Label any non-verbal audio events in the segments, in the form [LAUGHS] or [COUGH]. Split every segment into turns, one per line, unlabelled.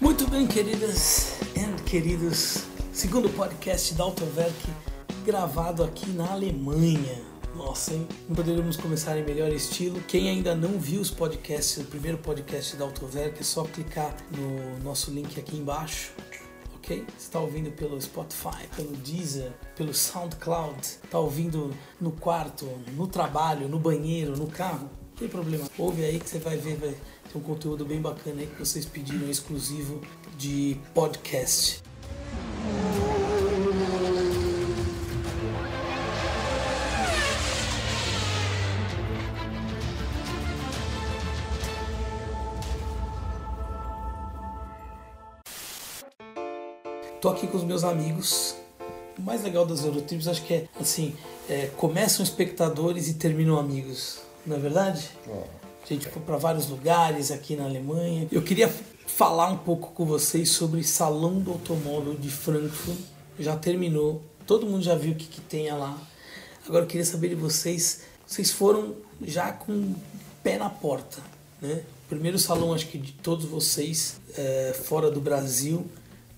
Muito bem, queridas e queridos, segundo podcast da Autoverk, gravado aqui na Alemanha. Nossa, hein? Não poderíamos começar em melhor estilo. Quem ainda não viu os podcasts, o primeiro podcast da Autoverk, é só clicar no nosso link aqui embaixo ok? Está ouvindo pelo Spotify, pelo Deezer, pelo SoundCloud, está ouvindo no quarto, no trabalho, no banheiro, no carro? Não tem problema. Ouve aí que você vai ver, vai ter um conteúdo bem bacana aí que vocês pediram exclusivo de podcast. Tô aqui com os meus amigos. O mais legal das Eurotrips acho que é assim, é, começam espectadores e terminam amigos, não é verdade? A gente foi para vários lugares aqui na Alemanha. Eu queria falar um pouco com vocês sobre Salão do Automóvel de Frankfurt. Já terminou, todo mundo já viu o que, que tem lá. Agora eu queria saber de vocês, vocês foram já com o pé na porta, né? Primeiro salão acho que de todos vocês é, fora do Brasil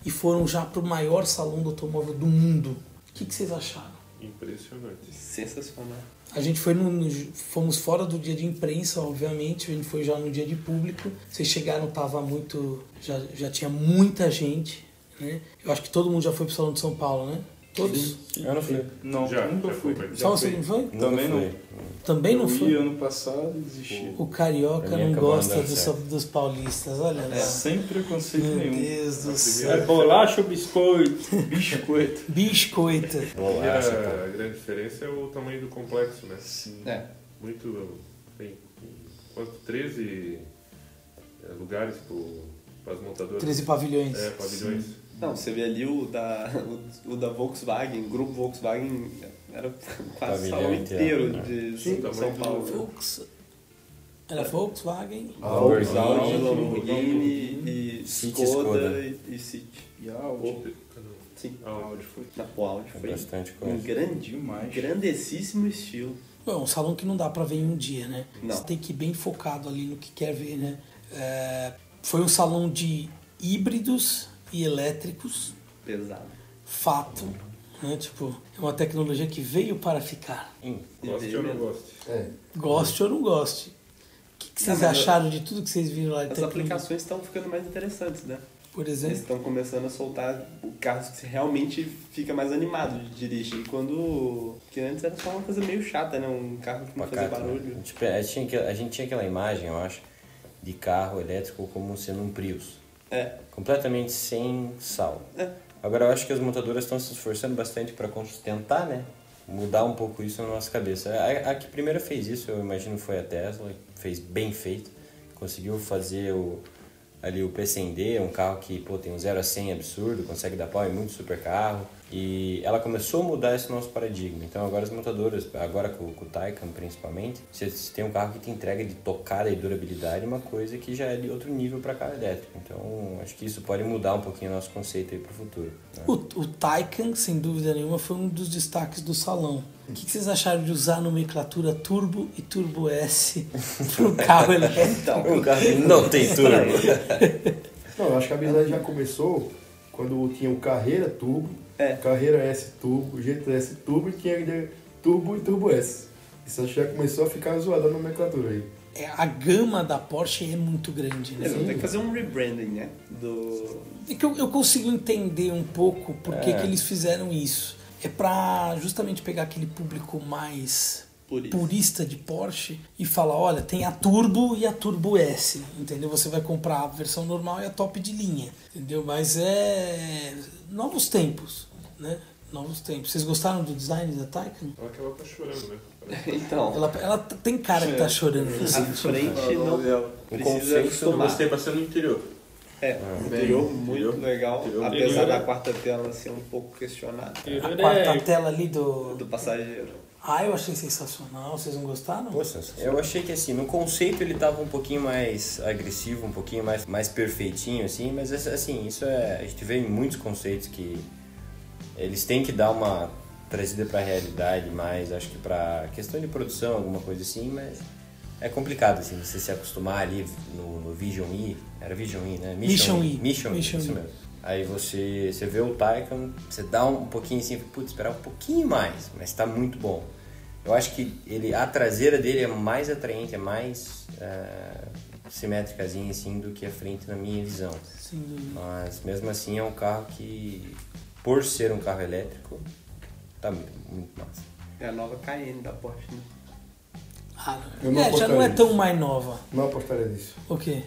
e foram já para o maior salão do automóvel do mundo. O que, que vocês acharam?
Impressionante.
Sensacional.
A gente foi no, no- fomos fora do dia de imprensa, obviamente, a gente foi já no dia de público. Vocês chegaram, tava muito, já, já tinha muita gente, né? Eu acho que todo mundo já foi pro Salão de São Paulo, né? Todos?
Eu não fui.
Não,
já,
nunca
já
fui.
foi, mas
Só um
já
você
foi.
não foi?
Também não.
Também não
fui
foi?
ano passado e desisti.
O carioca
Pra mim
não
acabou
gosta
andando
dos,
certo.
dos paulistas, olha
É,
lá.
Sem preconceito
É. Meu
nenhum.
Deus do céu.
É bolacha ou biscoito? Biscoito.
Biscoita.
É.
E
Bolacha, pô.
a grande diferença é o tamanho do complexo, né?
Sim.
É.
Muito. Tem quanto? 13 é, lugares para as montadoras?
13 pavilhões.
É, pavilhões.
Não, você vê ali o da, o, o da Volkswagen, o grupo Volkswagen, era quase o
Pavilhão
salão
inteiro,
inteiro
né?
de
Sim,
São
tamanho
Paulo.
Volks... Era Volkswagen?
Audi,
Audi,
Audi,
Lamborghini, e
City,
Skoda
Skoda.
e, e City.
E a Audi.
Opel. Ah, não.
Sim,
Ah,
A Audi foi
na o Audi
Tem
foi
É bastante
um
coisa.
grande,
demais.
grandessíssimo estilo.
Bom, É um salão que não dá pra ver em um dia, né?
Não.
Você tem que ir bem focado ali no que quer ver, né? É, foi um salão de híbridos e elétricos,
Pesado.
fato, né? Tipo, é uma tecnologia que veio para ficar.
Hum.
Goste ou não goste?
Goste ou não goste. O que, que vocês
mas eu-
acharam de tudo que vocês viram lá? de
As
tecnologia?
aplicações estão ficando mais interessantes, né?
Por
Eles
exemplo,
estão começando a soltar carros que você realmente fica mais animado de dirigir. Quando. Que antes era só uma coisa meio chata, né? Um carro que não fazia
Pacato, né?
barulho.
Tipo, a, gente tinha aquela, a gente tinha aquela imagem, eu acho, de carro elétrico como sendo um Prius.
É.
Completamente sem sal.
É.
Agora eu acho que as montadoras estão se esforçando bastante para tentar, né? Mudar um pouco isso na nossa cabeça. A, a que primeiro fez isso, eu imagino, foi a Tesla, que fez bem feito. Conseguiu fazer o, ali o PCND, um carro que pô, tem um 0 a 100 absurdo, consegue dar pau em é muito super carro. E ela começou a mudar esse nosso paradigma. Então agora as montadoras, agora com, com o Taycan principalmente, você você tem um carro que te entrega de tocada e durabilidade uma coisa que já é de outro nível para carro elétrico. Então acho que isso pode mudar um pouquinho o nosso conceito aí para o futuro. né?
o, o Taycan, sem dúvida nenhuma, foi um dos destaques do salão. O que, que vocês acharam de usar a nomenclatura Turbo e Turbo S [LAUGHS] para o carro elétrico?
então.
Um carro que não tem turbo.
Não, eu acho que a amizade já começou quando tinha o Carreira Turbo,
É.
Carreira S Turbo, GTS Turbo e tinha ainda Turbo e Turbo S. Isso acho que já começou a ficar zoada a nomenclatura aí.
É, a gama da Porsche é muito grande, né?
[LAUGHS] Eles vão ter que fazer um rebranding, né? Do.
É que eu, eu consigo entender um pouco por que, que eles fizeram isso. É pra justamente pegar aquele público mais
Purista.
purista de Porsche e falar, olha, tem a Turbo e a Turbo S, entendeu? Você vai comprar a versão normal e a top de linha, entendeu? Mas é novos tempos, né? Novos tempos. Vocês gostaram do design da Taycan?
Ela acaba tá chorando, né?
Então.
Ela, ela t- tem cara que tá chorando.
[LAUGHS] A frente não precisa
conceito
Eu
acostumar.
gostei bastante no interior.
É, um interior muito legal,
Interior.
apesar
Interior.
da quarta tela ser um pouco questionada.
A quarta tela ali do...
Do passageiro.
Ah, eu achei sensacional. Vocês não gostaram?
Eu achei que assim, no conceito ele tava um pouquinho mais agressivo, um pouquinho mais, mais perfeitinho, assim, mas assim, isso é. A gente vê em muitos conceitos que eles têm que dar uma trazida pra realidade mais, acho que pra questão de produção, alguma coisa assim, mas. é complicado, assim, você se acostumar ali no, no Vision E. Era Vision E, né?
Mission E.
Mission, E,
Mission
isso
E.
mesmo. Aí você, você vê o Taycan, você dá um pouquinho assim, putz, esperar um pouquinho mais, mas tá muito bom. Eu acho que ele, a traseira dele é mais atraente, é mais eh, simétricazinha assim do que a frente na minha visão.
Sem dúvida.
Mas mesmo assim é um carro que, por ser um carro elétrico, tá muito, muito massa.
É a nova Cayenne da Porsche, né?
Ah,
Eu não
é, já não é
apostaria
tão
nisso.
mais nova.
Não apostaria nisso.
O quê?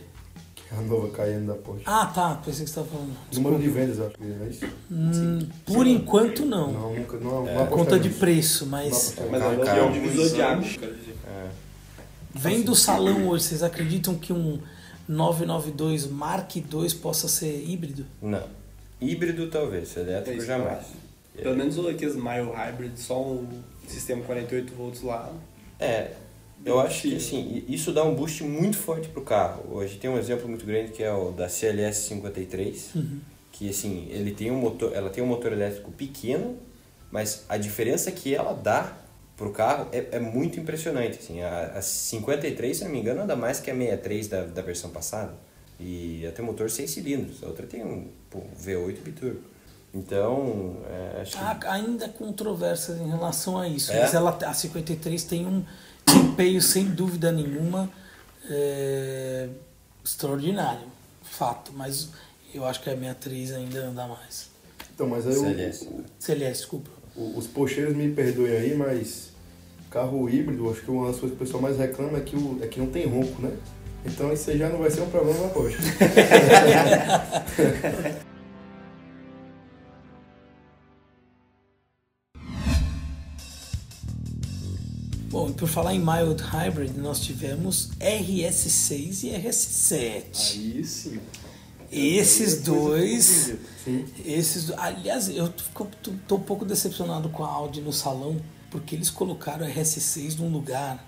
Que é a nova Cayenne da Porsche.
Ah, tá. Pensei que você estava falando.
Número de vendas, acho que não é isso?
Hum, por enquanto, não.
Não, nunca. Não, não
Por É, conta
apostaria
de
nisso.
preço,
Não
mas
apostaria.
Mas a nova
cara.
é um divisor de águas.
vem do salão hoje. Vocês acreditam que um 992 Mark II possa ser híbrido?
Não. Híbrido talvez,
É
elétrico
isso que eu
jamais.
acho. Pelo menos o aqueles Mile Hybrid, só um sistema 48 volts lá.
É, eu acho que assim, i- isso dá um boost muito forte pro carro. Hoje tem um exemplo muito grande que é o da CLS 53, que assim, ele tem um motor, ela tem um motor elétrico pequeno, mas a diferença que ela dá pro carro é, é muito impressionante, assim. A, a 53, se não me engano, anda mais que a 63 da, da versão passada. E até motor 6 cilindros, a outra tem um, pô, V8 biturbo. Então, é, acho que
Há ainda controvérsias em relação a isso,
É?
mas ela, a 53 tem um desempenho, sem dúvida nenhuma, é, extraordinário, fato. Mas eu acho que a 63 ainda anda mais.
Então, mas aí
CLS.
o-
CLS, desculpa.
o- os pocheiros me perdoem aí, mas carro híbrido, acho que uma das coisas que o pessoal mais reclama é que, o, é que não tem ronco, né? Então isso aí já não vai ser um problema na Porsche.
Bom, e por falar em mild hybrid, nós tivemos RS6 e RS7.
Aí sim.
Esses dois,
Sim.
esses, do- aliás, eu fico- tô, tô um pouco decepcionado com a Audi no salão, porque eles colocaram a RS6 num lugar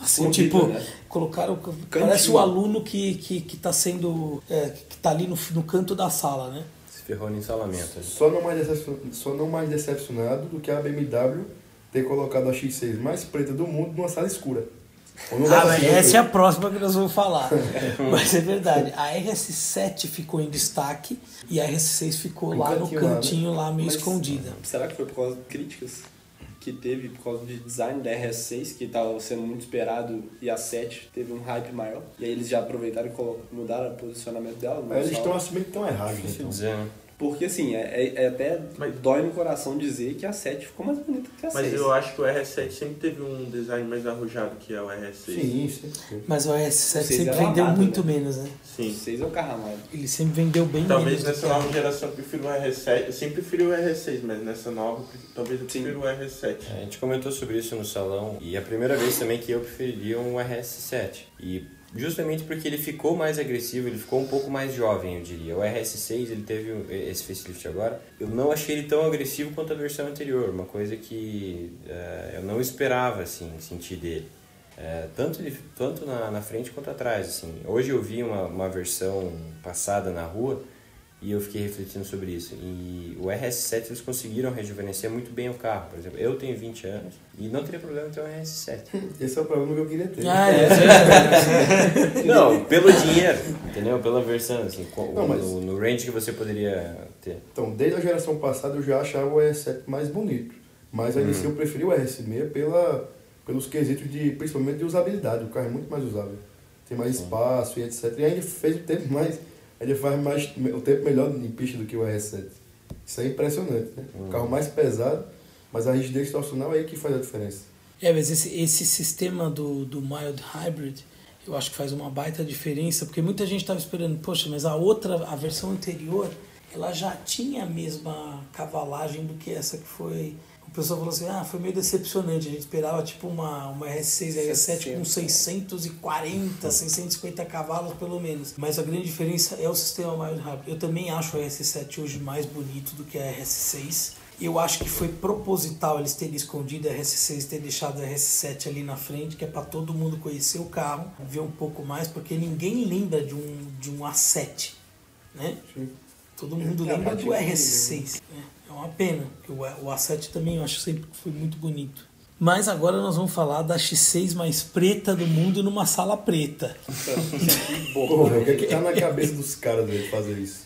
assim,
Escondido,
é
tipo,
né?
colocaram parece o aluno que que, que tá sendo é, que tá ali no, no canto da sala, né?
se ferrou no né? ensalamento.
Só não, mais decepcion- só não mais decepcionado do que a BMW ter colocado a X6 mais preta do mundo numa sala escura. Ou assim, não dá
Ah,
pra
mas
saber
essa é a
preto.
próxima que nós vamos falar. [LAUGHS] mas é verdade. A RS7 ficou em destaque e a RS6 ficou
Um
lá no
cantinho lá, né?
cantinho, lá meio
Mas-
escondida.
Será que foi por causa de críticas que teve, por causa de design da RS6, que estava sendo muito esperado, e a 7 teve um hype maior? E aí eles já aproveitaram e colo- mudaram o posicionamento dela? no
Aí eles um
salão?
estão assumindo que estão errados.
Difícil
Então.
dizer, né?
Porque assim, é, é- é até dói no coração dizer que a 7 ficou mais bonita que a 6.
Mas eu acho que o RS7 sempre teve um design mais arrojado que é o RS6.
Sim, sim.
Mas o RS7
Vocês
sempre
eram
vendeu
amado,
muito
né?
menos, né?
Sim.
O 6 é o carro amado.
Ele sempre vendeu bem
Talvez
menos. do
nessa
que a-
nova geração eu prefiro o RS7. Eu sempre preferi o RS6, mas nessa nova talvez eu prefiro o RS7.
A gente comentou sobre isso no salão e é a primeira vez também que eu preferiria um RS7. E justamente porque ele ficou mais agressivo, ele ficou um pouco mais jovem, eu diria. O RS6, ele teve um- esse facelift agora, eu não achei ele tão agressivo quanto a versão anterior, uma coisa que eh, eu não esperava assim sentir dele. Eh, tanto ele- tanto na, na frente quanto atrás assim. Hoje eu vi uma, uma versão passada na rua e eu fiquei refletindo sobre isso. E o RS7 eles conseguiram rejuvenescer muito bem o carro. Por exemplo, eu tenho 20 anos e não teria problema em ter um RS7.
Esse é o problema que eu queria ter.
Ah, é,
não, pelo dinheiro, entendeu? Pela versão, assim, co-
Não, mas-
no, no range que você poderia ter.
Então, desde a geração passada eu já achava o RS7 mais bonito. Mas ainda assim eu preferi o RS6 pela, pelos quesitos de, principalmente de usabilidade. O carro é muito mais usável. Tem mais espaço e etc. E ainda fez o tempo mais. Ele faz mais, o tempo melhor em pista do que o RS7. Isso é impressionante, né? O carro mais pesado, mas a rigidez torcional é aí que faz a diferença.
É, mas esse, esse sistema do, do mild hybrid, eu acho que faz uma baita diferença, porque muita gente estava esperando, poxa, mas a outra, a versão anterior, ela já tinha a mesma cavalagem do que essa que foi. O pessoal falou assim, ah, foi meio decepcionante, a gente esperava tipo uma, uma RS6, RS7 com 640, 650 cavalos pelo menos. Mas a grande diferença é o sistema mild hybrid. Eu também acho a RS7 hoje mais bonito do que a RS6. Eu acho que foi proposital eles terem escondido a RS6 e ter deixado a RS7 ali na frente, que é para todo mundo conhecer o carro, ver um pouco mais, porque ninguém lembra de um, de um A7, né? Todo mundo
É,
lembra
mas
do
eu-
é RS6. né? É uma pena. porque O, o A7 também eu acho sempre que foi muito bonito. Mas agora nós vamos falar da X6 mais preta do mundo numa sala preta.
Pô, velho, o que é que tá na cabeça dos caras, velho, de fazer isso?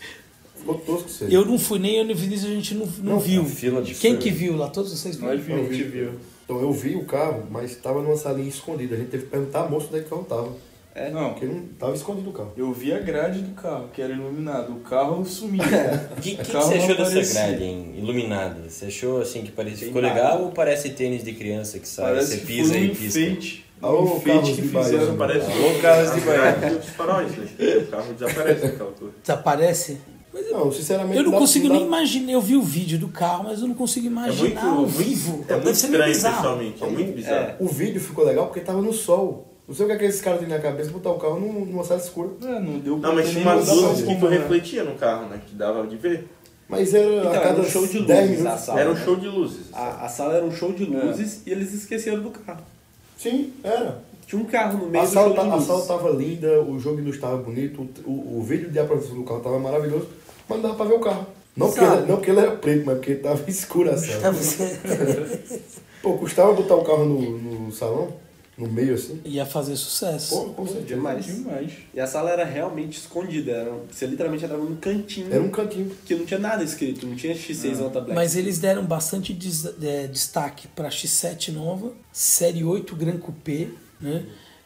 Ficou tosco isso aí.
Eu não fui nem eu e o Vinícius, a gente não, não,
Não,
viu.
a É fila de
Quem
fã.
que viu lá? Todos vocês
é
viram?
Nós vimos,
vi.
te viu.
Então eu vi o carro, mas estava numa salinha escondida. A gente teve que perguntar a moça onde é que o carro tava.
É.
Não,
Porque não tava escondido o carro.
eu vi a grade do carro, que era iluminado. O carro sumiu.
O que, que que
Carro
você achou
não
dessa
parecia.
grade, hein? Iluminada. Você achou assim que parecia.
Tem
Ficou
nada.
legal ou parece tênis de criança que sai?
Parece
você
que
pisa
foi um
e É pisa.
enfeite.
Alô,
Um enfeite
Carlos
que
de Bahia.
fizeram.
Parece
Alô, Carlos de
[LAUGHS]
Bahia.
Os faróis, né? O carro desaparece naquela altura.
Desaparece?
Não, sinceramente...
Eu não
dá-
consigo
dá-
nem imaginar. Eu vi o vídeo do carro, mas eu não consigo imaginar ao vivo.
É muito
Deve ser meio
estranho,
bizarro.
pessoalmente. É muito bizarro.
O vídeo ficou legal porque tava no sol. Não sei o que é que esses caras têm na cabeça botar o carro num- numa sala escura.
É, não deu pra
Não, mas
ter
tinha
nem
umas
noção
luzes que
como é
tu
era.
refletia no carro, né? Que dava de ver.
Mas era
Então,
a
era
cada
um show de
10
luzes a
minutos.
sala.
Era um
né?
show de luzes.
A, a sala era um show
É.
de luzes e eles esqueceram do carro.
Sim, era.
Tinha um carro no meio
A
do
sala,
show
tá ta-
de
a
luzes.
sala tava linda, o jogo não estava bonito, o, o- o vídeo de aprovação do carro tava maravilhoso, mas não dava pra ver o carro. Não porque,
Sabe?
ele, não porque ele era preto, mas porque tava [LAUGHS] escuro a
[LAUGHS]
sala.
Então você
Pô, custava botar o carro no, no salão, no meio
[LAUGHS]
assim.
ia fazer sucesso.
Pô, com certeza.
Demais.
é. Demais.
E a sala era realmente escondida. Era, um- você literalmente entrava num cantinho
Era um cantinho.
que não tinha nada escrito. Não tinha X6 Alta Black.
Mas eles deram bastante des- é, destaque para X7 nova, Série 8 Gran Coupé, né?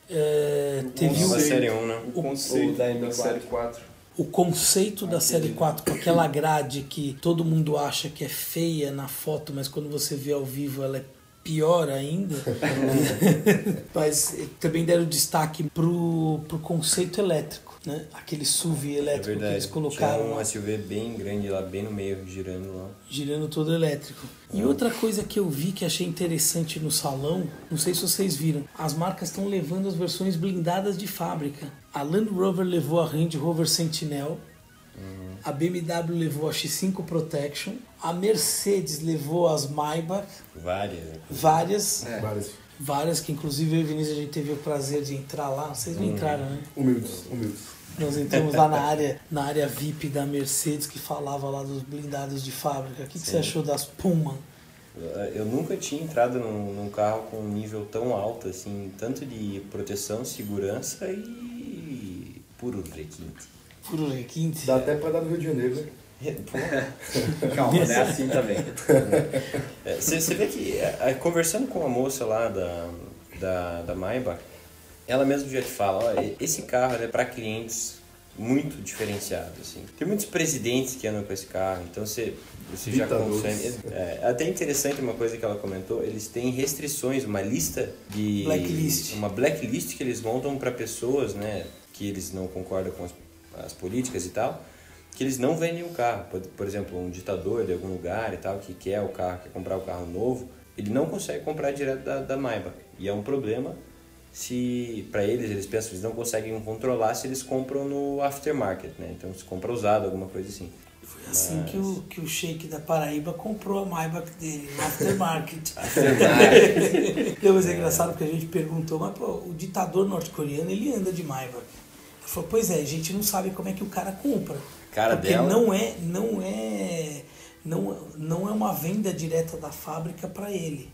É, teve
Uma
o,
série 1, né?
O conceito
o da
da,
M4.
série 4.
o conceito da Série 4 com aquela grade que todo mundo acha que é feia na foto, mas quando você vê ao vivo ela é pior
[LAUGHS]
ainda. mas eh, também deram destaque pro, pro conceito elétrico, né? Aquele SUV
É
elétrico que
verdade.
eles
Tinha
colocaram
um
lá,
SUV bem grande lá, bem no meio, girando lá.
girando todo elétrico. E outra coisa que eu vi que achei interessante no salão, não sei se vocês viram, as marcas estão levando as versões blindadas de fábrica. A Land Rover levou a Range Rover Sentinel, a BMW levou a X5 Protection, a Mercedes levou as Maybach,
Várias. né?
várias,
É.
Várias.
várias que inclusive eu e o Vinícius a gente teve o prazer de entrar lá, vocês não entraram, né?
Humildes, humildes.
Nós entramos lá na área, na área VIP da Mercedes que falava lá dos blindados de fábrica. O que, que você achou das Puma?
Eu nunca tinha entrado num, num carro com um nível tão alto, assim, tanto de proteção, segurança e puro requinte.
Puro requinte.
Dá até pra dar no Rio de Janeiro, né?
[LAUGHS] Calma, não é assim também.
Você vê que, é, é, conversando com a moça lá da, da, da Maybach, ela mesmo já te fala, ó, esse carro ele é para clientes muito diferenciado, assim. Tem muitos presidentes que andam com esse carro, então você, você já
Ditadores.
consegue... É, até interessante uma coisa que ela comentou, eles têm restrições, uma lista de...
Blacklist.
Uma blacklist que eles montam para pessoas, né, que eles não concordam com as, as políticas e tal, que eles não vendem o carro. Por, por exemplo, um ditador de algum lugar e tal, que quer o carro, quer comprar o carro novo, ele não consegue comprar direto da, da Maybach. E é um problema se, para eles, eles pensam que eles não conseguem controlar se eles compram no aftermarket, né? Então, se compra usado, alguma coisa assim.
Foi assim que o, que o Sheik da Paraíba comprou a Maybach dele, no aftermarket. [LAUGHS] Não, mas é engraçado porque a gente perguntou, mas pô, o ditador norte-coreano ele anda de Maybach. Ele falou, pois é, a gente não sabe como é que o cara compra.
Cara
porque
dela.
não é, não é, não, não é uma venda direta da fábrica para ele.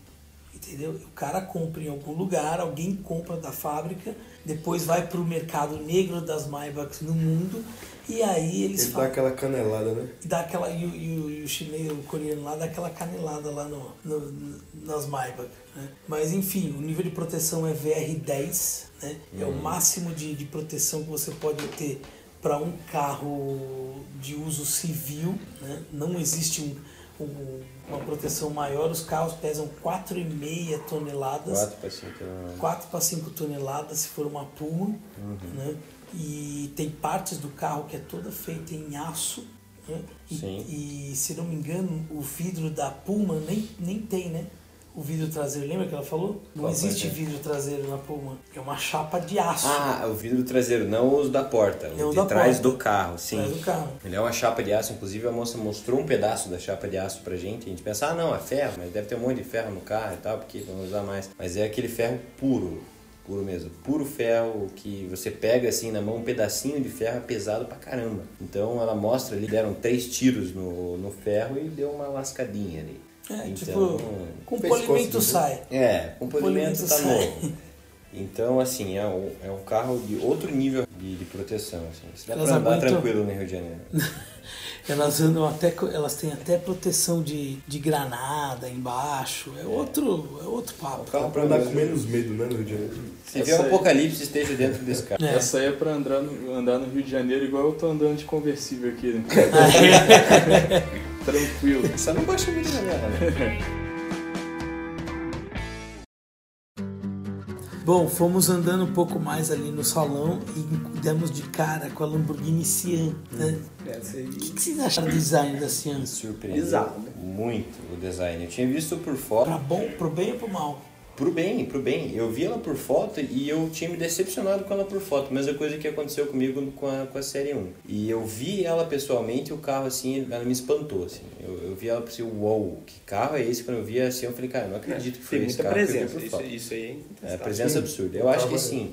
Entendeu? O cara compra em algum lugar, alguém compra da fábrica, depois vai para o mercado negro das Maybachs no mundo, e aí eles
Ele dá aquela canelada, né?
e dá aquela, e, o- e o- e o chinês, o coreano lá, dá aquela canelada lá no, no- no- nas Maybach. Né? Mas enfim, o nível de proteção é VR10, né? é o máximo de, de proteção que você pode ter para um carro de uso civil. Né? Não existe um- um- uma proteção maior, os carros pesam 4,5 toneladas.
4 para 5 toneladas.
4 para 5 toneladas se for uma Puma, né? E tem partes do carro que é toda feita em aço, né? E,
Sim.
e, se não me engano, o vidro da Puma nem, nem tem, né? O vidro traseiro, lembra que ela falou? Não
Qual
existe
parte é?
vidro traseiro na Puma, é uma chapa de aço.
Ah, o vidro traseiro, não os da porta,
Não
o
É o
de
da
trás
porta.
do carro, sim.
Atrás do carro.
Ele é uma chapa de aço, inclusive a moça mostrou um pedaço da chapa de aço pra gente. A gente pensa, ah não, é ferro, mas deve ter um monte de ferro no carro e tal, porque vamos usar mais. Mas é aquele ferro puro, puro mesmo. Puro ferro que você pega assim na mão, um pedacinho de ferro é pesado pra caramba. Então ela mostra ali, deram três tiros no, no ferro e deu uma lascadinha ali.
É,
Então,
tipo, com
pescoço
polimento
do-
sai.
É, o polimento
polimento
tá
sai.
novo. Então, assim, é um, é um carro de outro nível de, de proteção. Assim. Dá
Elas
pra andar
aguentam-
tranquilo no Rio
[LAUGHS]
de Janeiro.
É Elas andam até, co- elas têm até proteção de, de granada embaixo. É outro, é outro papo.
Dá pra andar com menos medo, né, no Rio de Janeiro?
Se vier
Essa
um
aí.
apocalipse, esteja dentro desse carro.
É.
Essa aí é pra andar no, andar no Rio de Janeiro igual eu tô andando de conversível aqui. [LAUGHS] Né? Tranquilo.
Só não baixa muito na janela, né?
Bom, fomos andando um pouco mais ali no salão e demos de cara com a Lamborghini Sian, né?
Essa aí.
O que, que vocês acharam do design da Sian?
Surpreendeu
Bizarro, né?
muito o design. Eu tinha visto por
Pra
foto,
bom, pro bem ou pro mal?
pro bem, pro bem. Eu vi ela por foto e eu tinha me decepcionado com ela por foto. Mesma coisa que aconteceu comigo com a, com a Série 1. E eu vi ela pessoalmente e o carro, assim, ela me espantou, assim. Eu, eu vi ela assim, uau, que carro é esse? Quando eu vi assim, eu falei, cara, eu não acredito que foi
É, Tem
esse
muita
carro que eu vi
presença.
por
Isso,
foto.
isso aí é
É,
incontestável.
presença absurda. Eu acho que assim,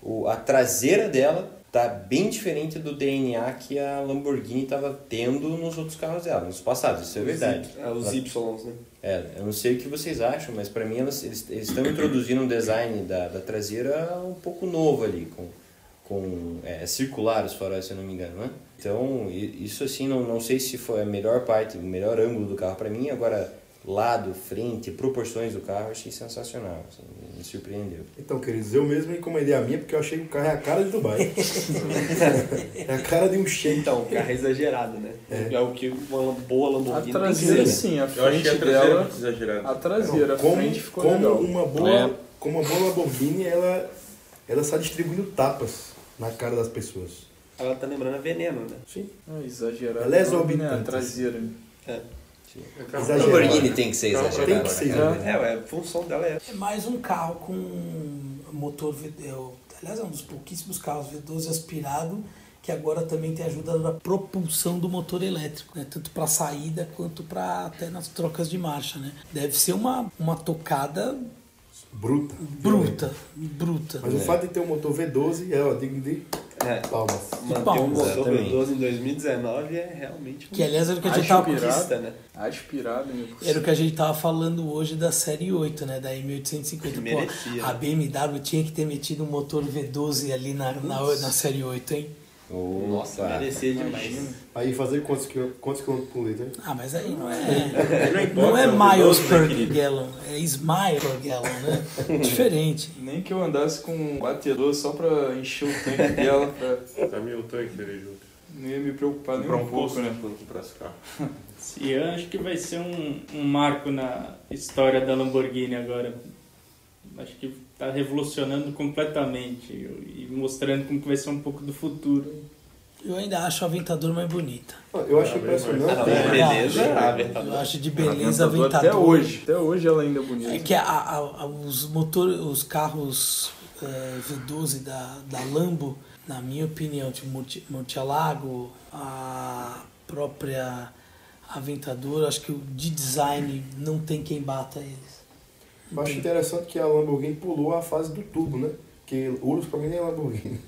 o, a traseira dela tá bem diferente do DNA que a Lamborghini tava tendo nos outros carros dela, nos passados, isso é verdade.
É, os Ys, né?
É, eu não sei o que vocês acham, mas pra mim elas, eles eles estão introduzindo um design da, da traseira um pouco novo ali, com, com é, circular os faróis, se eu não me engano, né? Então, i- isso assim, não, não sei se foi a melhor parte, o melhor ângulo do carro pra mim, agora lado, frente, proporções do carro, eu achei sensacional, assim, me surpreendeu.
Então, queridos, eu mesmo encomendei a minha porque eu achei que o carro é a cara de Dubai. [LAUGHS] é a cara de um shake.
Então, o carro é exagerado, né? É, o que uma boa
A
Lamborghini
traseira
tem que ser, né?
sim, a
Eu achei
frente
a traseira
dela.
muito exagerada.
A traseira, a
como
frente ficou
como
legal.
uma boa,
É.
como uma boa Lamborghini, ela ela está distribuindo tapas na cara das pessoas.
Ela tá lembrando a veneno, né?
Sim.
Ah, exagerado.
Ela é exorbitante.
Né, A traseira.
É,
A
Exagerado.
Lamborghini tem que ser
Não,
exagerada.
né? tem que ser,
né?
né?
é, ué, a função dela é essa.
É mais um carro com motor V- é, o- aliás, é um dos pouquíssimos carros V12 aspirado que agora também tem ajuda da propulsão do motor elétrico, né? tanto para saída quanto para até nas trocas de marcha, né? Deve ser uma, uma tocada
Bruta.
bruta, bruta. É.
Mas o fato de ter um motor V12 é ó, digno de
É.
palmas.
Manter
Bom,
um motor
exatamente.
V12 em 2019 é realmente
Que é aliás era o que a gente
Acho
tava
que irado.
pista, né?
Aspirado, meu. por
Era o
cima.
que a gente tava falando hoje da série 8, né? Da M850.
Que
Pô,
merecia.
a BMW tinha que ter metido um motor V12 ali na, na, na série 8, hein?
Opa.
Nossa, merecia
Imagina.
demais.
Aí fazer quantos quil- quantos quilômetros por litro? hein?
Ah, mas aí não é.
Não importa,
Não é
é um
miles
V12, né,
per
querido?
gallon, é smile per gallon, [LAUGHS] né? Diferente.
Nem que eu andasse com um batedor só pra encher o tanque dela, pra...
Tá meio tanque dele junto.
não ia me preocupar nem
Comprar
um
um
pouco,
posto,
né?
né? Quando comprar esse carro.
E eu acho que vai ser um, um marco na história da Lamborghini agora. Acho que tá revolucionando completamente e mostrando como que vai ser um pouco do futuro.
Eu ainda acho a Aventador mais bonita.
Ó, Eu acho
Tá bem,
impressionante.
Ah,
né?
beleza,
Ah,
a Aventador.
Eu acho de beleza a
Aventador
Aventador.
Até hoje. Até hoje ela ainda é bonita.
É que a- a- a- os motor, os carros é, V12 da, da Lambo, na minha opinião, tipo Monte, Monte Alago, a própria Aventador, acho que o de design não tem quem bata eles.
Eu acho interessante que a Lamborghini pulou a fase do turbo, né? Porque Urus pra mim nem é Lamborghini.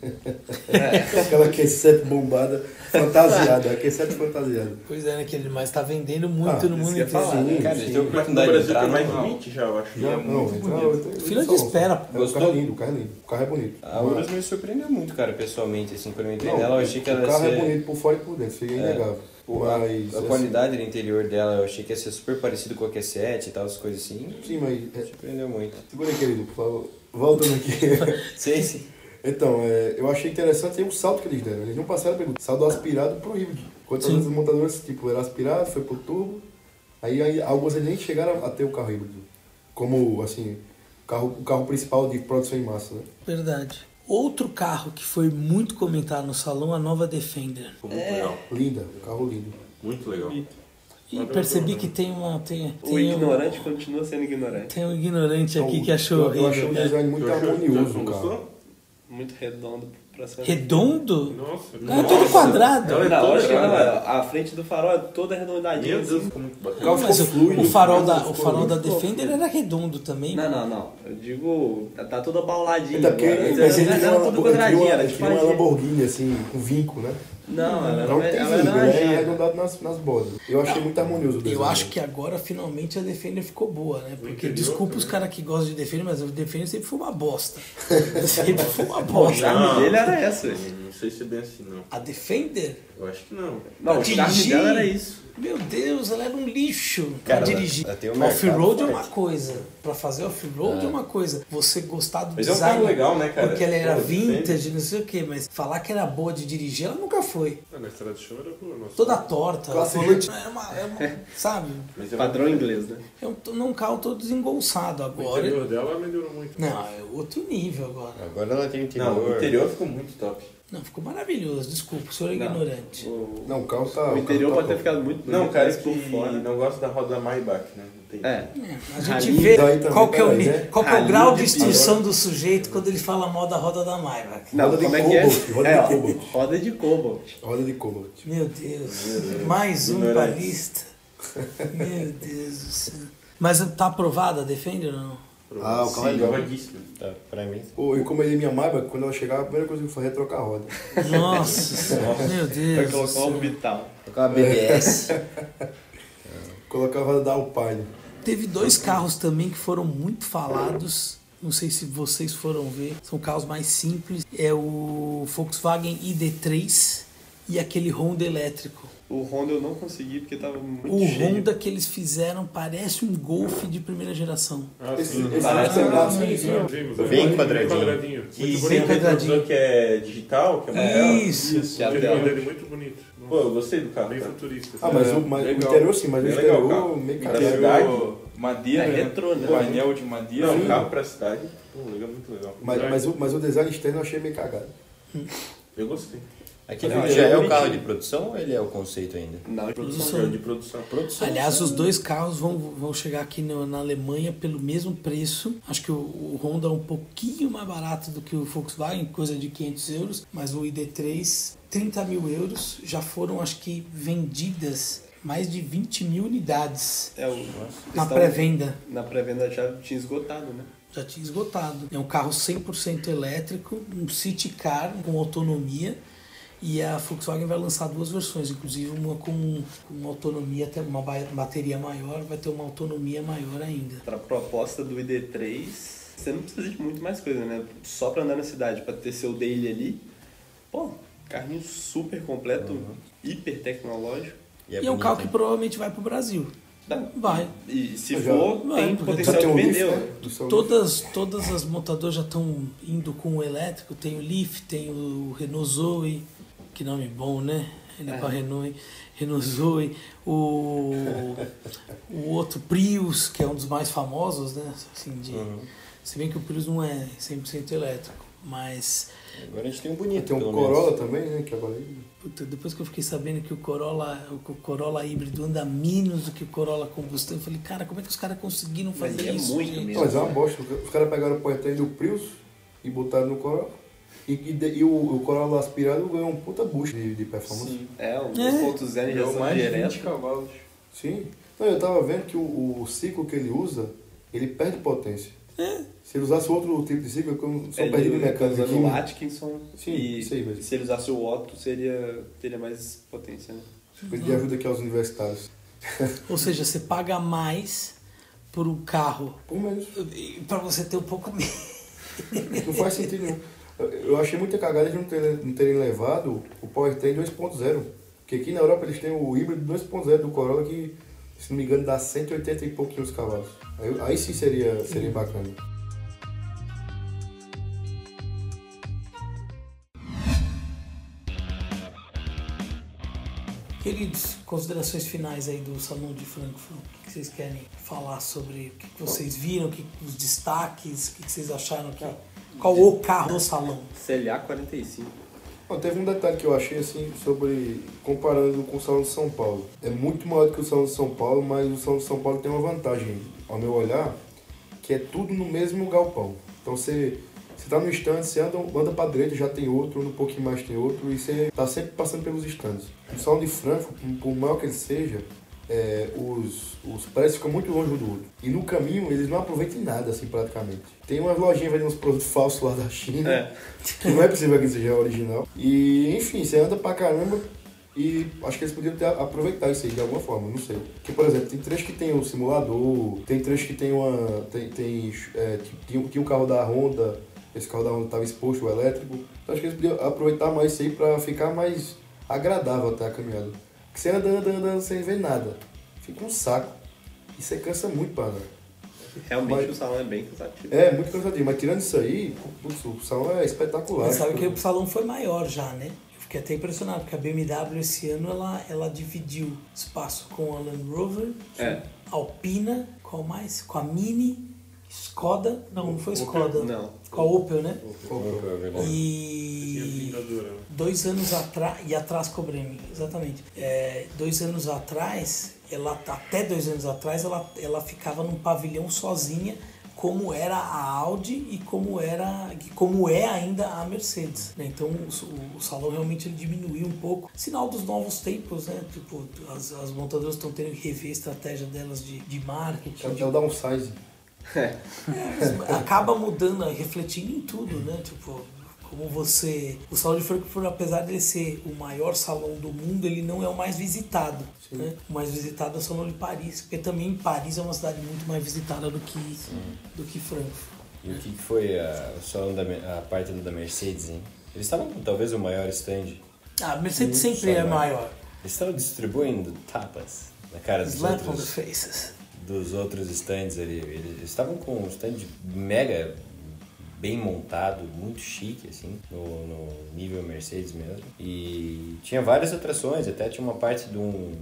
Aquela Q7 bombada, fantasiada. A Q7 fantasiada.
Pois é, né, querido? Mas tá vendendo muito
Ah,
no
isso
mundo
que eu ia
inteiro.
falar, né,
Cara,
cara?
eles têm a
Mas no
oportunidade de
Brasil
entrar
é
tem mais
no...
de 20 já, eu acho.
Já,
é muito bonito.
eu-
Fila de
só-
espera,
então, É, o carro
Gostou?
é lindo, o carro é lindo. O carro é bonito.
A Urus me surpreendeu muito, cara, pessoalmente, assim, quando eu entrei
Não,
nela, eu achei que ela
O
ia
carro
ser...
é bonito por fora e por dentro, isso aí é inegável.
O- a-
mas,
a,
assim,
qualidade do interior dela, eu achei que ia ser super parecido com a Q7 e tal, as coisas assim.
Sim, mas... é,
Surpreendeu muito.
segura aí, querido, por favor. Voltando aqui.
[LAUGHS] Sim, sim.
então, é, eu achei interessante o salto que eles deram. Eles não passaram pelo saldo aspirado pro híbrido. Quantas
Sim.
vezes os montadores, tipo, era aspirado, foi pro turbo. Aí, aí algumas eles nem chegaram a ter o carro híbrido. Como, assim, o carro, o carro principal de produção em massa, né?
Verdade. Outro carro que foi muito comentado no salão, a nova Defender.
Ficou muito legal.
Linda, um carro lindo.
Muito legal.
E percebi que tem uma. Tem,
O
tem, um,
ignorante É continua sendo ignorante.
tem um ignorante aqui
Então,
que achou
eu, eu achei
horrível. né?
um design muito
Eu acho-
harmonioso,
Não
cara.
gostou?
Muito redondo pra ser. Então,
Redondo?
Nossa.
Não, é todo quadrado.
Ela é
Não,
toda
acho que não,
quadrada.
a frente do farol é toda arredondadinha.
Meu Deus,
assim.
ficou muito
O
bacana.
carro
Mas
ficou fluido.
o,
né?
o farol da, o
ficou
farol
lindo.
da Defender era redondo também.
Não, não, não. Eu digo, tá toda bauladinha.
Ainda Então, porque
agora.
a gente
Antes
tinha
era tudo
uma, eu tinha uma-
quadradinha, era
eu tinha uma
tipo
Lamborghini, assim, com vinco, né?
Não, ela
Não
não,
tem
ela
vidro,
não
ele é
agia.
arredondado nas, nas bordas. Eu achei muito harmonioso o desenho.
Eu acho que agora finalmente a Defender ficou boa, né? Porque
interior
desculpa os caras que gostam de Defender, mas a Defender sempre foi uma bosta. [LAUGHS] sempre foi uma
O
bosta.
charme dele era essa, velho.
Não sei se é bem assim, não.
A Defender?
Eu acho que não.
Não, o charme
Dirigir.
dela era isso.
Meu Deus, ela era um lixo
Cara,
pra dirigir.
ela tem um
Off-road é
mercado
uma coisa. Pra fazer off-road é. uma coisa. Você gostar do
Mas é um
design.
carro legal, né, cara?
Porque ela era
Pô,
vintage, não sei o que, mas falar que era boa de dirigir, ela nunca foi.
Ah, mas tradição era boa, nossa.
Toda torta,
Classe
volante, é uma, é uma- sabe?
Mas é
Padrão inglês, né?
É um, não um carro todo desengonçado
O
agora.
interior dela melhorou muito.
Não, é outro nível agora.
Agora ela tem interior.
Não, o interior ficou muito top.
Não, ficou maravilhoso, desculpa, o senhor é
Não.
ignorante.
O,
Não, o carro tá.
o
carro
interior
tá
pode ter
top.
ficado muito bonito,
Não, cara,
mas
que não gosta da roda Maybach, né? Não tem.
É.
A gente
Ralinho
vê
daí também,
qual que é o,
peraí,
ni-
né?
qual que é o
Ralinho
grau de
de
instrução do sujeito quando ele fala mal da roda da Maybach.
Não,
Roda de
como é que é?
Cobalt, roda de
é, ó,
Cobalt.
roda de Cobalt.
Roda de tipo, cobalt.
Meu Deus, mais um pra
Ignorante.
lista. Meu Deus do céu. Mas tá aprovada a Defender ou não?
Ah, o carro é
Sim,
legal.
Jogadíssimo.
Tá, pra mim.
Pô, eu encomendei é minha Maybach, quando ela chegar, a primeira coisa que eu falei é trocar a roda.
Nossa, senhora, meu
Vai
Deus. do
colocar um
céu.
o orbital.
Tocar uma [LAUGHS] BBS.
É, Colocar a roda da Alpine.
Teve dois carros também que foram muito falados. Não sei se vocês foram ver. São carros mais simples. É o Volkswagen ID3 e aquele Honda elétrico.
O Honda eu não consegui porque tava muito
O
cheio.
Honda que eles fizeram parece um Golf de primeira geração.
Ah,
Esse,
sim.
esse é
Parece
esse
um
braço-
Já vimos, né?
Bem quadradinho.
Que
Muito
tem
bonito.
um retrovisor que é digital, que é amarelo.
Isso.
Que
é
O interior
até
é um dele muito bonito.
Pô, eu gostei do carro.
Bem
cara.
futurista.
Ah, mas,
É,
o, mas o
legal.
interior sim, mas o
É legal,
exterior
cara.
meio
Interior-
cagado.
Interior, madeira,
É
né?
retrô, né?
Painel de madeira.
Não, é um carro pra cidade. Pô, legal, muito legal.
Mas, mas, o, mas o design externo eu achei meio cagado.
Eu gostei.
Aquele
Não,
já
ele é
é o
bonitinho.
carro de produção ou ele é o conceito ainda?
Não,
Produção, cara, de produção.
Produção.
Aliás, os dois carros vão, vão chegar aqui no- na Alemanha pelo mesmo preço. Acho que o, o Honda é um pouquinho mais barato do que o Volkswagen, coisa de 500 euros. Mas o ID3, 30 mil euros. Já foram, acho que, vendidas mais de 20 mil unidades
é o,
na
estão-
pré-venda.
Na pré-venda já tinha esgotado, né?
Já tinha esgotado. É um carro 100% elétrico, um city car com autonomia. E a Volkswagen vai lançar duas versões, inclusive uma com, com uma autonomia, até uma ba- bateria maior, vai ter uma autonomia maior ainda.
Pra proposta do ID3, você não precisa de muito mais coisa, né? Só pra andar na cidade, pra ter seu daily ali. Pô, carrinho super completo, hiper tecnológico.
E é um
bonito,
carro que
hein?
provavelmente vai para o Brasil.
Dá-
Vai.
E se
Eu já-
for,
Não, é,
tem
porque
potencial de
lift,
vender.
né?
né?
Do seu lift.
Todas, todas as montadoras já estão indo com o elétrico, tem o Leaf, tem o Renault Zoe, que nome bom, né? Ele é pra Renault, hein? Renault Zoe, o, o outro Prius, que é um dos mais famosos, né? Assim, de,
Uhum.
Se bem que o Prius não é 100% elétrico, mas
Agora a gente tem um bonito.
Tem um
pelo
Corolla
menos.
também, né? Que agora ele-
puta, depois que eu fiquei sabendo que o Corolla, o Corolla híbrido anda menos do que o Corolla combustão, eu falei, cara, como é que os caras conseguiram
Mas
fazer
é
isso?
muito
gente?
Não, mas é uma bosta. Os caras pegaram o poetra do Prius e botaram no Corolla. E, e, de- e o, o Corolla aspirado ganhou um puta boost de, de performance. Sim.
É, um
É.
2.0 em
Deu
direção
mais de 20
direta.
cavalos.
Não, Então, eu tava vendo que o, o ciclo que ele usa, ele perde potência. Se ele usasse outro tipo de ciclo, eu sou
É? Ele
perdido em
tá
mecânica.
usando o
aqui.
Atkinson.
Sim,
e
isso aí mesmo.
se ele usasse o Otto, seria, teria mais potência, né?
Coisa de ajuda aqui aos universitários.
Ou seja, você paga mais por um carro
Por menos.
para você ter um pouco menos.
Não faz sentido nenhum. Eu achei muita cagada de não terem, não terem levado o Powertrain 2.0. Porque aqui na Europa eles têm o híbrido 2.0 do Corolla que, se não me engano, dá 180 e poucos cavalos. Aí, aí sim seria, seria bacana.
[LAUGHS] Queridos, considerações finais aí do Salão de Frankfurt. O que vocês querem falar sobre o que que vocês viram, o que, os destaques, o que que vocês acharam que. Qual o carro do salão?
CLA 45.
Bom, teve um detalhe que eu achei assim sobre comparando com o Salão de São Paulo. É muito maior do que o Salão de São Paulo, mas o Salão de São Paulo tem uma vantagem, ao meu olhar, que é tudo no mesmo galpão. Então você você tá no stand, você anda, anda pra direita, já tem outro, anda um pouquinho mais tem outro, e você tá sempre passando pelos stands. O Salão de Franco, por maior que ele seja, é, os, os prédios ficam muito longe um do outro. E no caminho eles não aproveitam em nada, assim, praticamente. Tem umas lojinhas vendendo uns produtos falsos lá da China,
É.
que não é possível que seja original. E, enfim, você anda pra caramba e acho que eles podiam ter, aproveitar isso aí de alguma forma, não sei. Porque, por exemplo, tem trecho que tem um simulador, tem trecho que tem uma. Tem, tem, é, tipo, tinha, tinha um carro da Honda, esse carro da Honda estava exposto, o elétrico. Então acho que eles podiam aproveitar mais isso aí pra ficar mais agradável até a caminhada. Porque você anda, anda, anda sem ver nada. Fica um saco. E você cansa muito pra andar.
Realmente
Mas-
o salão é bem cansativo.
É, muito cansativo, mas tirando isso aí, putz, o salão é espetacular.
Mas sabe que
Tipo,
o salão foi maior já, né? Eu fiquei até impressionado, porque a BMW esse ano ela, ela dividiu espaço com a Land Rover,
É.
Alpina, qual mais? Com a Mini, Skoda, não, não foi Skoda.
Não.
Com a Opel, né?
É verdade.
Tinha
E
Vingadora, né?
dois anos atrás, e atrás com o Bremen, exatamente. É, dois anos atrás, ela até dois anos atrás, ela, ela ficava num pavilhão sozinha, como era a Audi e como era e como é ainda a Mercedes. né? Então o, s- o salão realmente ele diminuiu um pouco. Sinal dos novos tempos, né? Tipo, as, as montadoras estão tendo que rever a estratégia delas de, de marketing,
É
de
o downsize.
É.
É. acaba mudando, né, refletindo em tudo, né? Tipo, como você. O salão de Frankfurt, apesar de ele ser o maior salão do mundo, ele não é o mais visitado. Né? O mais visitado é o salão de Paris, porque também Paris é uma cidade muito mais visitada do que, do que Frankfurt.
E o que que foi a, o salão da, Me- a parte da Mercedes, hein? Eles estavam com talvez o maior stand.
Ah, a Mercedes
Sim,
sempre é
salão.
maior.
Eles estavam distribuindo tapas na cara dos
Slap on the
outros,
faces.
dos outros stands ali. Eles estavam com um stand mega bem montado, muito chique, assim, no, no nível Mercedes mesmo. E tinha várias atrações, até tinha uma parte de um.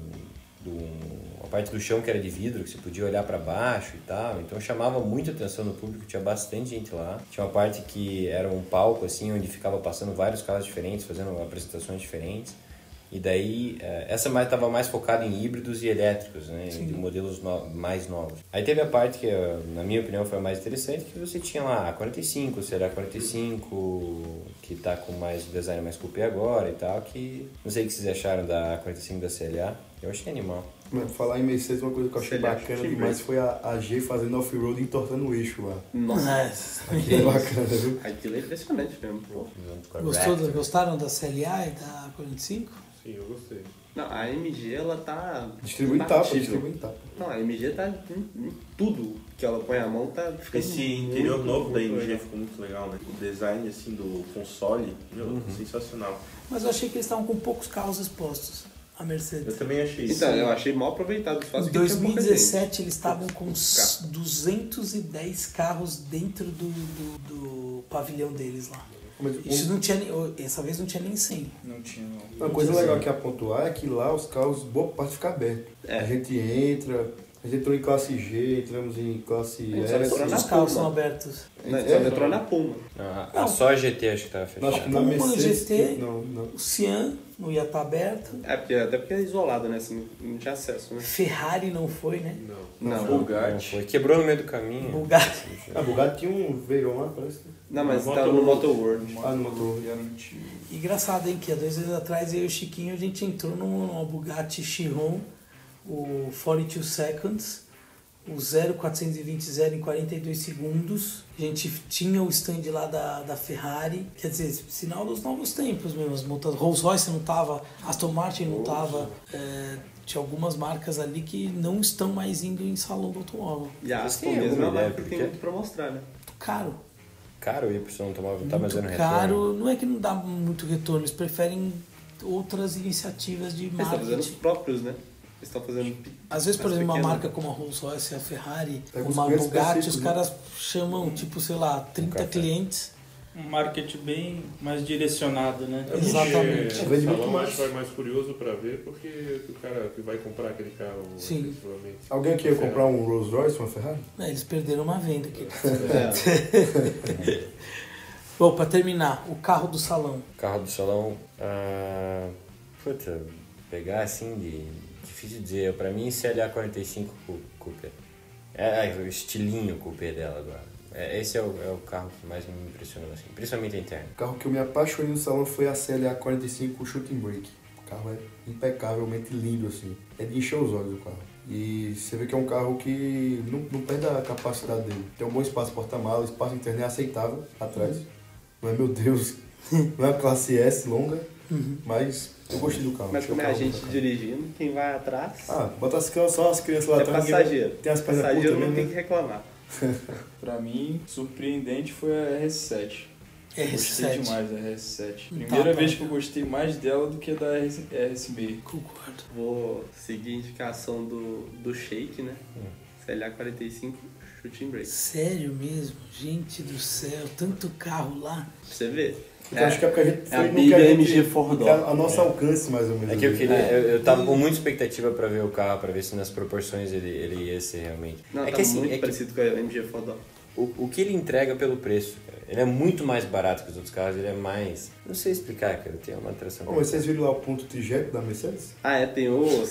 de um- uma parte do chão que era de vidro, que você podia olhar para baixo e tal, então chamava muita atenção do público, tinha bastante gente lá. Tinha uma parte que era um palco, assim, onde ficava passando vários carros diferentes, fazendo apresentações diferentes. E daí, eh, essa mais estava mais focada em híbridos e elétricos, né? De modelos no- mais novos. Aí teve a parte que, eh, na minha opinião, foi a mais interessante, que você tinha lá ah, a 45, será 45, que tá com mais design mais coupé agora e tal, que não sei o que vocês acharam da 45 da CLA. Eu achei animal.
Mano, falar em Mercedes, uma coisa que eu achei
Ele acha
bacana
que
demais foi a, a G fazendo off-road e entortando o
[LAUGHS]
eixo lá.
[LAUGHS] Nossa,
é.
Que bacana, viu?
aquilo é impressionante mesmo. pô.
junto com a
Gostou,
Raptor.
da- gostaram da CLA e da 45?
Sim, eu gostei.
Não, a MG ela tá.
Distribui tapa,
imbatível.
distribui tapa.
Não, a MG tá. em- em Tudo que ela põe a mão tá ficando.
Esse interior
muito,
novo da
muito
MG
legal.
ficou muito legal, né? O design, assim, do console, meu,
Uhum.
sensacional.
Mas eu achei que eles estavam com poucos carros expostos. A Mercedes.
Eu também achei isso.
Então, eu achei mal aproveitado o espaço
Em
que tinha pouca gente.
2017 eles estavam com uns 210 carros dentro do, do, do pavilhão deles lá.
Mas
Isso
um-
não tinha, nem- essa vez não tinha nem 100.
Não tinha, não.
uma coisa legal que apontar é que lá os carros, boa parte fica aberto.
É.
A gente entra, a gente entrou em classe G, entramos em classe
Não,
S.
só entrou na
Os
Puma.
carros são abertos.
Não,
É,
Né, só entrou na Puma.
Ah,
Não.
ah, só a GT acho que tava
não, acho que
fechada.
na
Puma,
Mercedes.
GT.
Não, não.
O Cian não ia estar aberto.
É, porque, até porque é isolado, né? Assim, não tinha acesso, né?
Ferrari não foi, né?
Não.
Não, não.
Não
Bugatti.
foi. Quebrou no meio do caminho.
Bugatti.
Ah, Bugatti tinha um Veyron lá, parece. né?
mas
No
tá
Motor
no Motor World.
Ah, não motor.
E era um tio.
Engraçado, hein? Que há dois anos atrás eu e o Chiquinho a gente entrou num- numa Bugatti Chiron, o 42 Seconds, o 0420 em 42 segundos. A gente tinha o stand lá da, da Ferrari, quer dizer, sinal dos novos tempos mesmo. As montas, Rolls Royce não tava, Aston Martin não tava. é, tinha algumas marcas ali que não estão mais indo em salão do automóvel.
E a
Vocês
Aston
têm
mesmo é
alguma
uma
ideia
marca que
por
tem
quê?
muito pra mostrar, né?
Muito caro.
Caro ir pro salão automóvel, tá
muito
fazendo retorno.
caro. Não é que não dá muito retorno, eles preferem outras iniciativas de
Eles estão tá fazendo os
marketing.
próprios, né? Eles estão fazendo.
Às vezes, por
mais
exemplo, uma
pequeno.
marca como a Rolls Royce, a Ferrari,
Pega os
uma
clientes
Bugatti, os
específicos, né?
caras chamam, tipo, sei lá, 30
café.
clientes.
Um marketing bem mais direcionado, né?
É porque
Exatamente.
o
Vende muito
salão
mais.
acho que vai mais curioso pra ver, porque o cara que vai comprar aquele carro,
Sim.
efetivamente.
Alguém queria
Ferrari.
comprar um Rolls Royce, uma Ferrari?
É, eles perderam uma venda aqui.
É.
[LAUGHS] Bom, pra terminar, o carro do salão.
carro do salão. ah, puta, pegar assim de. Difícil dizer. Pra mim, CLA45 cu- Coupé. É, é, o estilinho Coupé dela agora. É, esse é o, é o carro que mais me impressionou, assim. Principalmente a interna.
O carro que eu me apaixonei no salão foi a CLA 45 Shooting Brake. carro é impecavelmente lindo, assim. É de encher os olhos o carro. E você vê que é um carro que não, não perde a capacidade dele. Tem um bom espaço porta-malas, espaço interno é aceitável atrás.
Uhum.
Não é, meu Deus, [LAUGHS] não é uma classe S longa,
Uhum.
mas eu gostei do carro.
Mas
achei o
como é a
carro bom
gente
pra caralho.
dirigindo, quem vai atrás
tá. Ah, bota as crianças, só as crianças lá
é
atrás. ninguém-
passageiro.
Tem as pernas curtas
passageiro não
mesmo,
tem
né?
que reclamar.
Pra mim, surpreendente foi a RS7. É Gostei
R7.
demais da RS7.
Não tá,
Primeira
tá.
vez que eu gostei mais dela do que da RS, RSB.
Concordo.
Vou seguir a indicação do, do Shake, né? CLA45 Shooting Brake.
Sério mesmo? Gente do céu, tanto carro lá.
Pra você ver.
Eu acho que é porque a gente
é a
foi no
Big
que a
MG
gente-
Fordó.
que A, a nosso alcance, mais ou menos.
É que eu
né?
queria. Eu, eu tava com muita expectativa pra ver o carro, pra ver se nas proporções ele, ele ia ser realmente.
Não,
é
tá
que assim,
muito
é que
parecido com a MG Fodó.
o, o que ele entrega pelo preço, cara, ele é muito mais barato que os outros carros, ele é mais. Não sei explicar, cara, tem uma atração.
Ô, mas vocês viram lá o ponto T-Jet da Mercedes?
Ah, é, tem o, o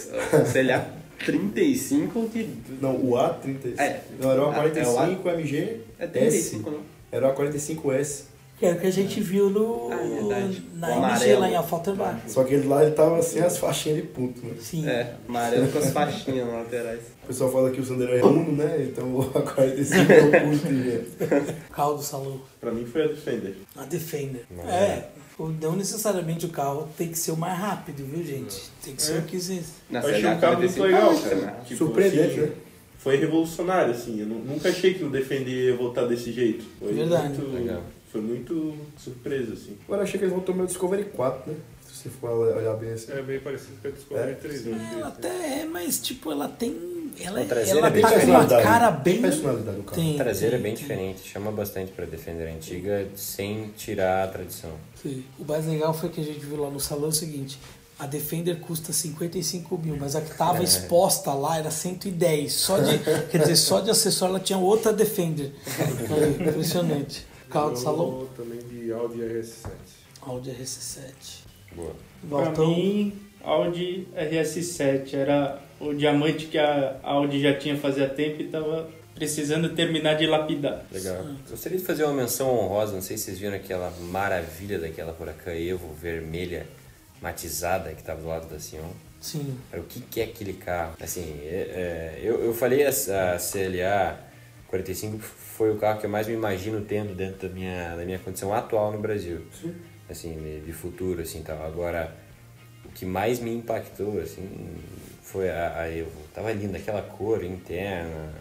CLA35 que.
Não, o A35.
É.
Não, era o
Ah, é o A-
A45 MG.
É 35, não?
Era o A45S.
Que era o que a gente viu no,
Ah, é verdade.
na
O
MG
amarelo.
lá em Alphatembach.
Só que ele lá ele tava sem as faixinhas de ponto, né?
Sim.
É, amarelo com as faixinhas nas laterais.
O pessoal fala que o Sandero é uno, né? Então o A45 é o
[LAUGHS]
ponto T-Jet.
Carro do salão.
Pra mim foi a Defender.
A Defender. É. o- Não necessariamente o carro tem que ser o mais rápido, viu, gente? Tem que
É?
ser o que existe.
Na
eu achei um carro muito legal, cara. Tipo,
Surpreendente,
assim,
né?
Foi revolucionário, assim. Eu nu- nunca achei que o Defender ia voltar desse jeito. Foi
Verdade.
Muito,
Legal.
Foi muito surpresa, assim.
Agora eu achei que eles vão tomar o Discovery 4, né? Se você for olhar bem assim.
É bem parecido com a né? Discovery
É.
3,
Ela até é, mas tipo, ela tem. Ela,
A traseira
ela
é bem
tá com uma
personalidade.
cara bem.
Personalidade do carro.
Tem,
A traseira é
tem,
bem
tem.
diferente, chama bastante pra defender a antiga sem tirar a tradição.
Sim. O mais legal foi que a gente viu lá no salão é o seguinte: a Defender custa 55 mil, mas a que estava
É.
exposta lá era 110. Só de, quer dizer, só de acessório ela tinha outra Defender. Aí, impressionante. Carro de salão,
Eu Também de Audi RS7.
Audi RS7.
Boa.
Pra
Valtão,
mim, Audi RS7 era o diamante que a Audi já tinha fazia tempo e tava precisando terminar de lapidar.
Legal. Gostaria de fazer uma menção honrosa, não sei se vocês viram aquela maravilha daquela Huracan Evo vermelha matizada que tava do lado da Sion.
sim.
Cara, o que, que é aquele carro? Assim, é- é, eu, eu falei essa- a CLA 45 foi o carro que eu mais me imagino tendo dentro da minha, da minha condição atual no Brasil. Assim, de, de futuro, assim, tal. Agora, o que mais me impactou, assim, foi a, a Evo. Tava linda, aquela cor interna,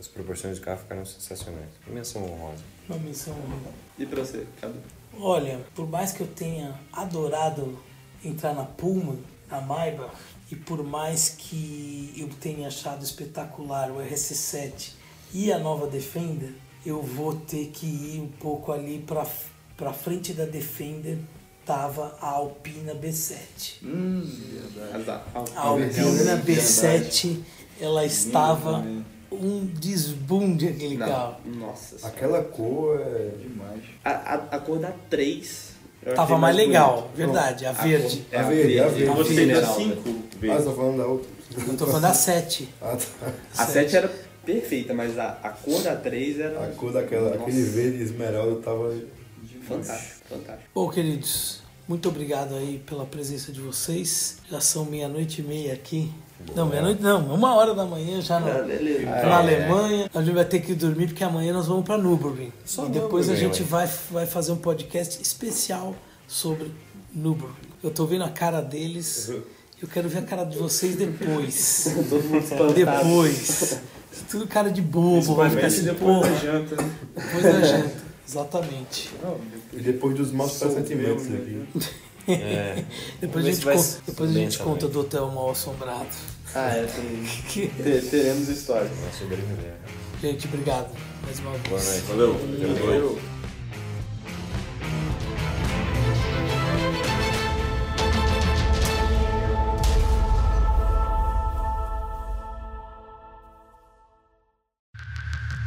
as proporções do carro ficaram sensacionais. Menção honrosa.
Uma missão.
E pra você, Cadu?
Olha, por mais que eu tenha adorado entrar na Pullman, na Maiba, e por mais que eu tenha achado espetacular o RC7 e a nova Defender, eu vou ter que ir um pouco ali pra, pra frente da Defender, tava a Alpina B7.
Azar.
A Alpina B7, ela estava
também.
um desbunde aquele carro.
Não, nossa senhora.
Aquela cor é.
Demais.
A, a, a cor da 3. eu
Tava
achei
mais legal,
bonita.
verdade, a
A
verde.
cor-
A verde, a
Eu
verde.
gostei da
Mineral,
5
Ah, você
vezes.
tá falando da outra.
Eu tô
[LAUGHS]
falando a 7.
Ah, tá.
A 7 era perfeita, mas a, a cor da 3 era
A cor daquela, aquele verde esmeralda tava.
fantástica. fantástica.
Bom, queridos, muito obrigado aí pela presença de vocês. Já são meia-noite e meia aqui.
É.
Não, meia-noite não, uma hora da manhã já na,
Ah, beleza.
na Alemanha. A gente vai ter que dormir porque amanhã nós vamos para Nürburgring. e depois a
Nürburgring,
gente
ué.
vai, vai fazer um podcast especial sobre Nürburgring. Eu tô vendo a cara deles. Eu quero ver a cara de vocês depois.
[LAUGHS] Todo mundo espantado.
depois. Tudo cara de bobo, vai ficar assim, porra,
janta.
depois da janta. Exatamente.
E depois dos maus pressentimentos
né?
aqui.
É,
Depois
Vamos
a
ver
gente,
se vai
con-
se
depois a gente
bem
conta
também.
do hotel mal assombrado.
Ah, é, tem- te- teremos história.
uma sobrevivência.
Gente, obrigado mais uma vez.
Boa noite.
Valeu. Valeu.